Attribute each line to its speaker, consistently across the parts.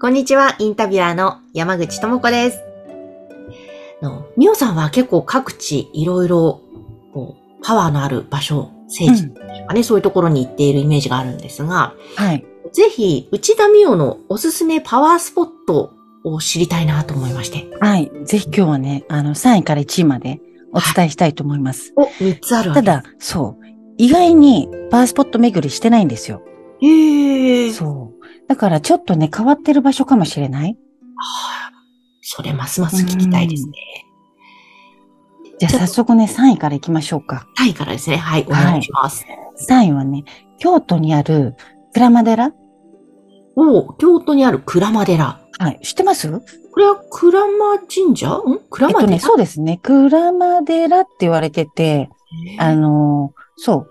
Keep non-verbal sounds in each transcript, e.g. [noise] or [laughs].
Speaker 1: こんにちは、インタビュアーの山口智子です。のみおさんは結構各地いろいろこうパワーのある場所、聖地というかね、そういうところに行っているイメージがあるんですが、
Speaker 2: はい
Speaker 1: ぜひ内田美おのおすすめパワースポットを知りたいなと思いまして。
Speaker 2: はいぜひ今日はねあの3位から1位までお伝えしたいと思います、
Speaker 1: お、3つあるわ
Speaker 2: た
Speaker 1: け。
Speaker 2: だそう意外にパワースポット巡りしてないんですよ
Speaker 1: へえ。そ
Speaker 2: そうだからちょっとね変わってる場所かもしれない
Speaker 1: それますます聞きたいですね。
Speaker 2: じゃあ
Speaker 1: ちょっ
Speaker 2: 早
Speaker 1: と
Speaker 2: 速ね3位から行きましょうか
Speaker 1: タイからですね。はい、お願いします。
Speaker 2: 3位はね京都にある鞍馬寺
Speaker 1: お京都にある鞍馬寺。
Speaker 2: はい知ってます
Speaker 1: これは鞍馬神社ん
Speaker 2: えっ
Speaker 1: 鞍馬
Speaker 2: と
Speaker 1: 寺、
Speaker 2: ね、そうですね。鞍馬寺って言われてて、
Speaker 1: へー
Speaker 2: あのーそう。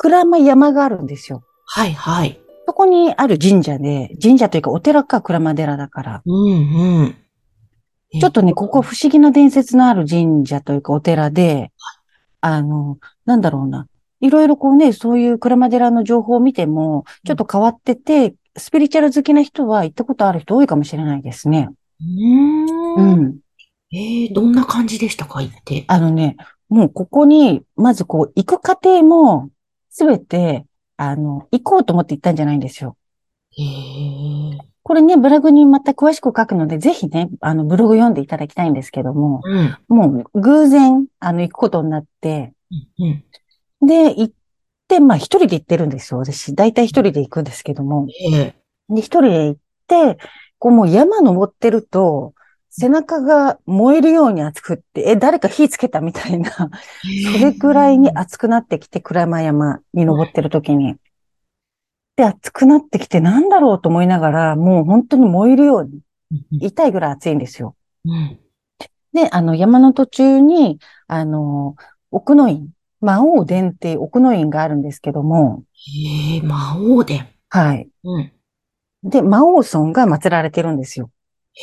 Speaker 2: 鞍馬山があるんですよ。
Speaker 1: はいはい。
Speaker 2: そこにある神社で、神社というかお寺か鞍馬寺だから、
Speaker 1: うんうん。
Speaker 2: ちょっとね、ここ不思議な伝説のある神社というかお寺で、あの、なんだろうな。いろいろこうね、そういう鞍馬寺の情報を見ても、ちょっと変わってて、スピリチュアル好きな人は行ったことある人多いかもしれないですね。
Speaker 1: う。
Speaker 2: うんん。
Speaker 1: えー、どんな感じでしたか行って。
Speaker 2: あのね、もうここに、まずこう、行く過程も、すべて、あの、行こうと思って行ったんじゃないんですよ。
Speaker 1: えー。
Speaker 2: これね、ブログにまた詳しく書くので、ぜひね、あの、ブログ読んでいただきたいんですけども、
Speaker 1: うん。
Speaker 2: もう偶然、あの、行くことになって、
Speaker 1: うん。
Speaker 2: で、行って、まあ、一人で行ってるんですよ、私。大体一人で行くんですけども。
Speaker 1: えー。
Speaker 2: で、一人で行って、こう、もう山登ってると、背中が燃えるように熱くって、え、誰か火つけたみたいな。それくらいに暑くなってきて、鞍馬山に登ってる時に。で、暑くなってきて、なんだろうと思いながら、もう本当に燃えるように、
Speaker 1: うん
Speaker 2: 痛いぐらい暑いんですよ。
Speaker 1: うん。
Speaker 2: で、あの、山の途中に、あの、奥の院、魔王殿っていう奥の院があるんですけども、
Speaker 1: えー、魔王殿。
Speaker 2: はい。
Speaker 1: うん。
Speaker 2: で、魔王尊が祀られてるんですよ。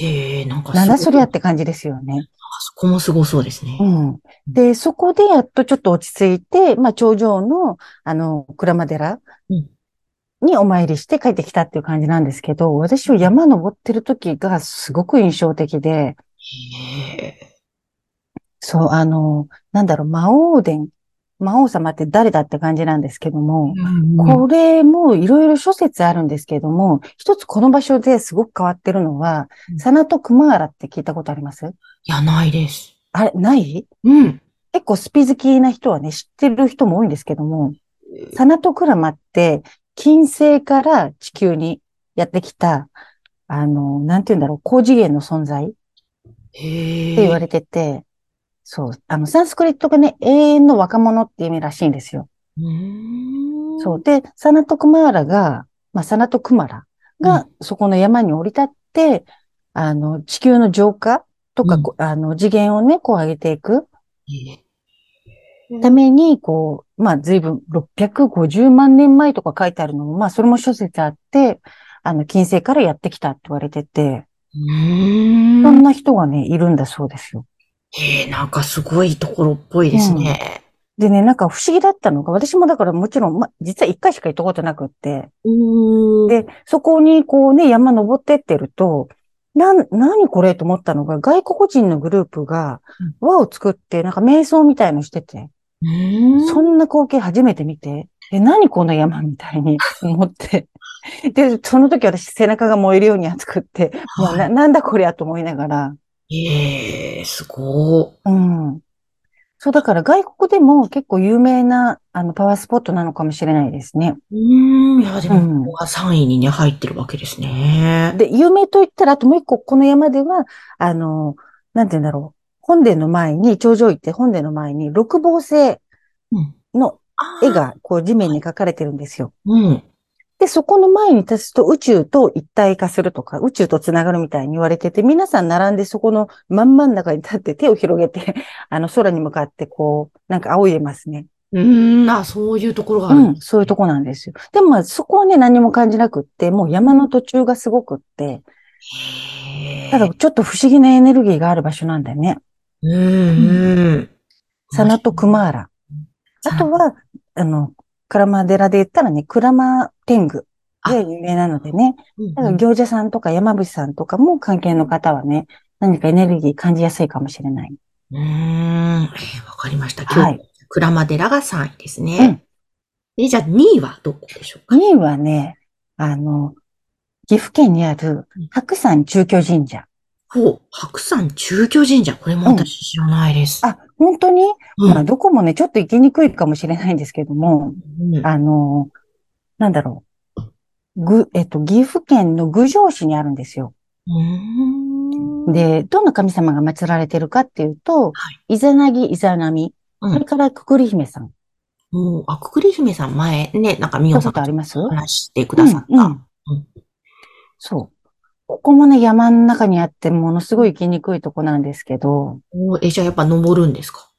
Speaker 1: えー、なんかすご
Speaker 2: ないんだそりゃって感じですよね。
Speaker 1: あそこもすごそうですね
Speaker 2: う。ん。で、そこでやっとちょっと落ち着いて、まあ、頂上の、あの、鞍馬寺
Speaker 1: うん
Speaker 2: にお参りして帰ってきたっていう感じなんですけど、私は山登ってる時がすごく印象的で、
Speaker 1: え
Speaker 2: そう、あの、なんだろう、魔王殿、魔王様って誰だって感じなんですけども、
Speaker 1: ー。
Speaker 2: これもいろいろ諸説あるんですけども、一つこの場所ですごく変わってるのは
Speaker 1: う、ん
Speaker 2: サナトクマーラって聞いたことあります
Speaker 1: いや、ないです。
Speaker 2: あれ、ない
Speaker 1: うん。
Speaker 2: 結構スピ好きな人はね、知ってる人も多いんですけども、サナトクラマって、金星から地球にやってきた、あの、なんて言うんだろう、高次元の存在って
Speaker 1: えー。
Speaker 2: 言われてて、そう、あの、サンスクリットがね、永遠の若者って意味らしいんですよ。
Speaker 1: うーん。
Speaker 2: そう。で、サナトクマーラが、まあ、サナトクマラが、そこの山に降り立って、あの、地球の浄化とか、
Speaker 1: うん
Speaker 2: こうあの、次元をね、こう上げていく。
Speaker 1: え
Speaker 2: ために、こう、まあ、随分650万年前とか書いてあるのも、まあ、それも諸説あって、あの、近世からやってきたって言われてて、
Speaker 1: ー。うー
Speaker 2: そ
Speaker 1: ん
Speaker 2: ん。な人がね、いるんだそうですよ。
Speaker 1: えー、なんかすごいところっぽいですね。
Speaker 2: でね、なんか不思議だったのが、私もだからもちろん、まあ、実は一回しか行ったことなくって、
Speaker 1: うーん。
Speaker 2: で、そこにこうね、山登ってってると、なん、何これと思ったのが、外国人のグループが輪を作って、なんか瞑想みたいのしてて、
Speaker 1: うーん
Speaker 2: そんな光景初めて見て、え、何この山みたい
Speaker 1: [laughs]
Speaker 2: に思って。で、その時私背中が燃えるように熱くって、もうな、なんだこりゃと思いながら。
Speaker 1: ええすごー。
Speaker 2: うん。そう、だから外国でも結構有名な、あの、パワースポットなのかもしれないですね。
Speaker 1: うーん、いや、で
Speaker 2: うん
Speaker 1: も、ここが3位にね、入ってるわけですね。
Speaker 2: で、有名と言ったら、あともう一個、この山では、あの、なんて言うんだろう。本殿の前に、頂上行って本殿の前に、六芒星
Speaker 1: うん。
Speaker 2: の
Speaker 1: あー
Speaker 2: 絵が、こう、地面に描かれてるんですよ。
Speaker 1: うん。
Speaker 2: で、そこの前に立つと宇宙と一体化するとか、宇宙とつながるみたいに言われてて、皆さん並んでそこの真ん真ん中に立って手を広げて、 [laughs] あの空に向かってこう、なんか仰いでますね。
Speaker 1: うーん、あ、そういうところがあ
Speaker 2: う
Speaker 1: る。
Speaker 2: ん、そういうとこなんですよ。でもまあそこはね、何も感じなくって、もう山の途中がすごくって、
Speaker 1: へー
Speaker 2: ただちょっと不思議なエネルギーがある場所なんだよね。
Speaker 1: うん、うん。
Speaker 2: サナとクマーラ。あとは、あの、クラマ寺で言ったらね、クラマ天狗が有名なのでね。
Speaker 1: うん、
Speaker 2: だから行者さんとか山伏さんとかも関係の方はね、何かエネルギー感じやすいかもしれない。
Speaker 1: うーん、えーわかりました。今
Speaker 2: は
Speaker 1: 日
Speaker 2: い、
Speaker 1: 鞍馬寺が3位ですね。え、じゃあ2位はどこでしょうか
Speaker 2: 2位はね、あの、岐阜県にある白山中京神社。
Speaker 1: ほう、白山中京神社。これも私知らないです。
Speaker 2: あ、本当に、
Speaker 1: うん
Speaker 2: まあ、どこもね、ちょっと行きにくいかもしれないんですけども、
Speaker 1: うん
Speaker 2: あの、なんだろう。ぐ、えっと、岐阜県の郡上市にあるんですよ。
Speaker 1: うーん
Speaker 2: で、どんな神様が祀られてるかっていうと、
Speaker 1: は
Speaker 2: イザナギ、イザナミ、
Speaker 1: うん
Speaker 2: それからくくり姫さん。
Speaker 1: もう、あ、くくり姫さん前ね、なんかみ
Speaker 2: 見た
Speaker 1: おさ
Speaker 2: こ
Speaker 1: ん
Speaker 2: とあ
Speaker 1: が
Speaker 2: ります
Speaker 1: 話してくださった。
Speaker 2: うんうんそう。ここもね、山の中にあって、ものすごい行きにくいとこなんですけど、
Speaker 1: おえ、じゃあやっぱ登るんですか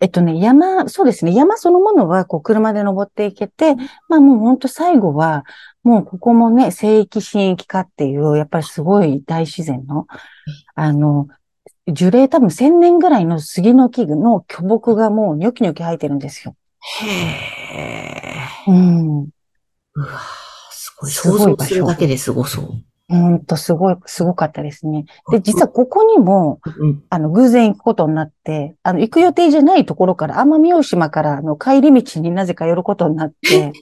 Speaker 2: えっとね、山、そうですね、山そのものは、こう、車で登っていけて、まあもうほんと最後は、もうここもね、聖域、神域化っていう、やっぱりすごい大自然の、あの、樹齢多分1000年ぐらいの杉の木の巨木がもうニョキニョキ生えてるんですよ。
Speaker 1: へー。
Speaker 2: うん。
Speaker 1: うわーすごい。
Speaker 2: すごい
Speaker 1: 想像
Speaker 2: 場所
Speaker 1: するだけですごそう。
Speaker 2: ほんとすごい、すごかったですね。で、実はここにも、
Speaker 1: うん。
Speaker 2: あの、偶然行くことになって、あの、行く予定じゃないところから、奄美大島から、あの、帰り道になぜか寄ることになって、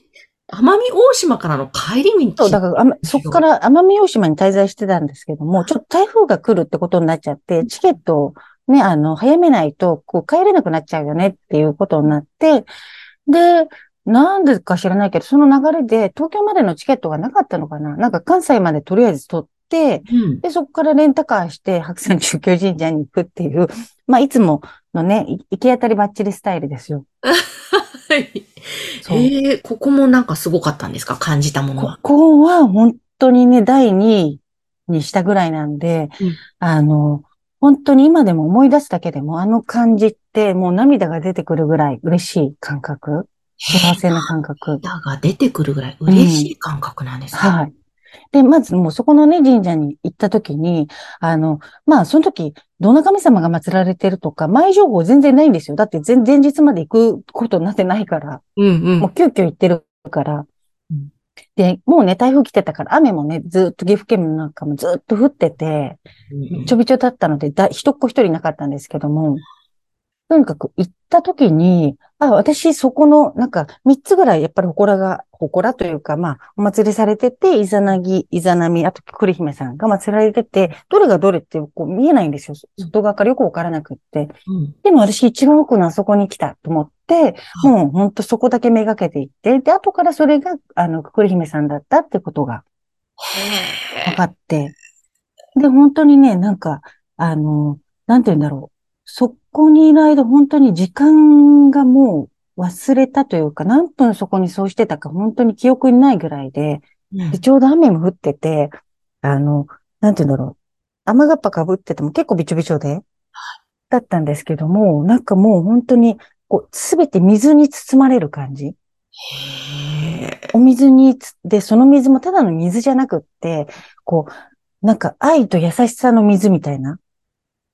Speaker 1: 奄美大島からの帰り
Speaker 2: そ
Speaker 1: 道。
Speaker 2: う、だから、あまそこから奄美大島に滞在してたんですけども、ちょっと台風が来るってことになっちゃって、チケットをね、あの、早めないと、こう、帰れなくなっちゃうよねっていうことになって、で、なんでか知らないけど、その流れで、東京までのチケットがなかったのかななんか関西までとりあえず取って、
Speaker 1: うん。
Speaker 2: で、そこからレンタカーして、白山中京神社に行くっていう、まあ、いつものね、い行き当たりばっちりスタイルですよ。
Speaker 1: はい。
Speaker 2: そう。
Speaker 1: ええ、ここもなんかすごかったんですか感じたもの
Speaker 2: こ
Speaker 1: は。
Speaker 2: こは本当にね、第2位にしたぐらいなんで、
Speaker 1: うん
Speaker 2: あの、本当に今でも思い出すだけでも、あの感じってもう涙が出てくるぐらい嬉しい感覚、幸せな感覚。
Speaker 1: 涙が出てくるぐらい嬉しい感覚なんですね。
Speaker 2: はい。で、まずもうそこのね、神社に行った時に、あの、まあその時、どんな神様が祀られてるとか、前情報全然ないんですよ。だって前前日まで行くことになってないから、
Speaker 1: うんう
Speaker 2: もう急遽行ってるから
Speaker 1: うん。
Speaker 2: で、もうね、台風来てたから、雨もね、ずっと岐阜県なんかもずっと降ってて、
Speaker 1: ん。
Speaker 2: ちょびちょだったので、だ人っ子一人いなかったんですけども、とにかく行った時に、あ、私そこの、なんか三つぐらいやっぱり祠が、祠というか、まあ、お祭りされてて、イザナギ、イザナミ、あと栗姫さんが祭られてて、どれがどれってこう見えないんですよ。外側からよくわからなくって。
Speaker 1: うん
Speaker 2: でも私一番奥のあそこに来たと思って、
Speaker 1: うん
Speaker 2: もうほんとそこだけめがけていって、で、後からそれが、あの、くくり姫さんだったってことが
Speaker 1: へ
Speaker 2: 分かって、で、本当にね、なんか、あの、なんて言うんだろう。そこにいる間、本当に時間がもう忘れたというか、何分そこにそうしてたか、本当に記憶にないぐらいで、
Speaker 1: えうん
Speaker 2: でちょうど雨も降ってて、あの、なんて言うんだろう。雨がっぱかぶってても結構びちょびちょで、だったんですけども、なんかもう本当に、こう、すべて水に包まれる感じ。
Speaker 1: へえ
Speaker 2: お水につ、で、その水もただの水じゃなくって、こう、なんか愛と優しさの水みたいな。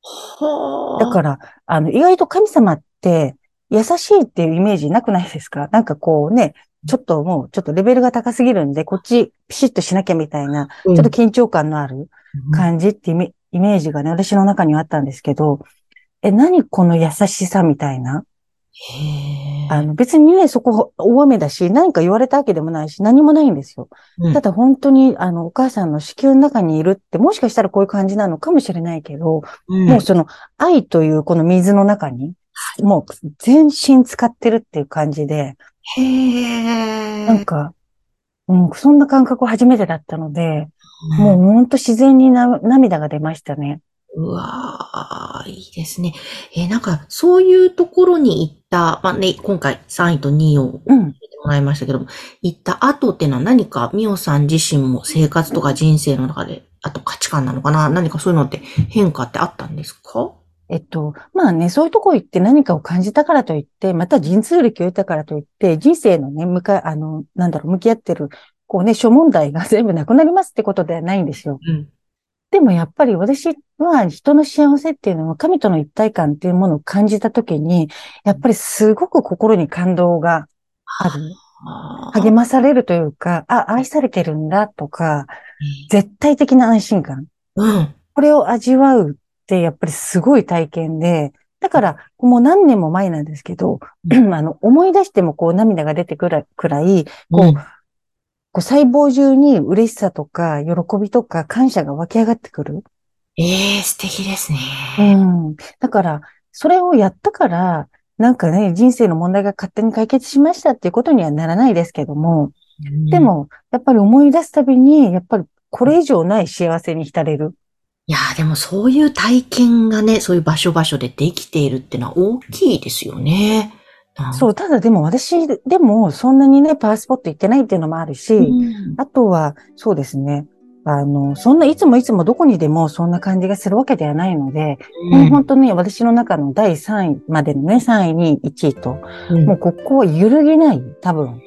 Speaker 1: はあ
Speaker 2: だから、あの、意外と神様って優しいっていうイメージなくないですかなんかこうね、ちょっともう、ちょっとレベルが高すぎるんで、こっちピシッとしなきゃみたいな、
Speaker 1: うん
Speaker 2: ちょっと緊張感のある感じってイメイメージがね、私の中にはあったんですけど、え、何この優しさみたいな。
Speaker 1: へえ
Speaker 2: あの、別にね、そこ大雨だし、何か言われたわけでもないし、何もないんですよ。
Speaker 1: うん
Speaker 2: ただ本当に、あの、お母さんの子宮の中にいるって、もしかしたらこういう感じなのかもしれないけど、
Speaker 1: うん
Speaker 2: もうその愛というこの水の中に、もう全身使ってるっていう感じで、
Speaker 1: へえ
Speaker 2: なんか、うん、そんな感覚初めてだったので、
Speaker 1: うん
Speaker 2: もう本当自然にな涙が出ましたね。
Speaker 1: うわー、いいですね。えーなんか、そういうところに行った、まあね、今回3位と2位を、
Speaker 2: うん。
Speaker 1: もらいましたけども、行った後っていうのは何か、ミオさん自身も生活とか人生の中で、あと価値観なのかな何かそういうのって変化ってあったんですか
Speaker 2: えっと、まあね、そういうとこ行って何かを感じたからといって、また人通力を得たからといって、人生のね、向かい、あの、なんだろう、向き合ってる、こうね、諸問題が [laughs] 全部なくなりますってことではないんですよ。
Speaker 1: うん。
Speaker 2: でもやっぱり私は人の幸せっていうのは神との一体感っていうものを感じたときに、やっぱりすごく心に感動がある。励まされるというか、あ、愛されてるんだとか、絶対的な安心感。
Speaker 1: うん。
Speaker 2: これを味わうってやっぱりすごい体験で、だからもう何年も前なんですけど、
Speaker 1: う
Speaker 2: [clears throat] あの思い出してもこう涙が出てくるくらい、こう
Speaker 1: うん
Speaker 2: こう細胞中に嬉しさとか喜びとか感謝が湧き上がってくる。
Speaker 1: ええ素敵ですね。
Speaker 2: うん。だから、それをやったから、なんかね、人生の問題が勝手に解決しましたっていうことにはならないですけども、でも、やっぱり思い出すたびに、やっぱりこれ以上ない幸せに浸れる。
Speaker 1: いやーでもそういう体験がね、そういう場所場所でできているってのは大きいですよね。。
Speaker 2: そうう、ただでも私でもそんなにね、パワースポット行ってないっていうのもあるし、
Speaker 1: うん
Speaker 2: あとは、そうですね。あの、そんないつもいつもどこにでもそんな感じがするわけではないので、もう本当に私の中の第3位までのね、3位、に1位と、
Speaker 1: うん
Speaker 2: もうここは揺るぎない、多分。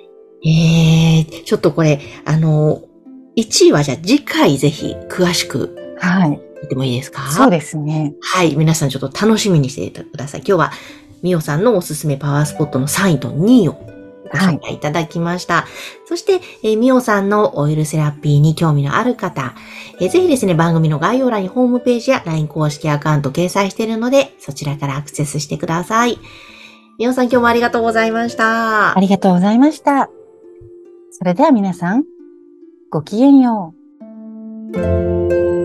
Speaker 1: ええちょっとこれ、あのー、1位はじゃあ次回ぜひ詳しく
Speaker 2: はい。
Speaker 1: 言ってもいいですか
Speaker 2: そうですね。
Speaker 1: はい。皆さんちょっと楽しみにしていてください。今日は、みおさんのおすすめパワースポットの3位と2位をご紹介いただきました。そして、えーみおさんのオイルセラピーに興味のある方、えーぜひですね、番組の概要欄にホームページや LINE 公式アカウント掲載しているので、そちらからアクセスしてください。みおさん今日もありがとうございました。
Speaker 2: ありがとうございました。それでは皆さん、ごきげんよう。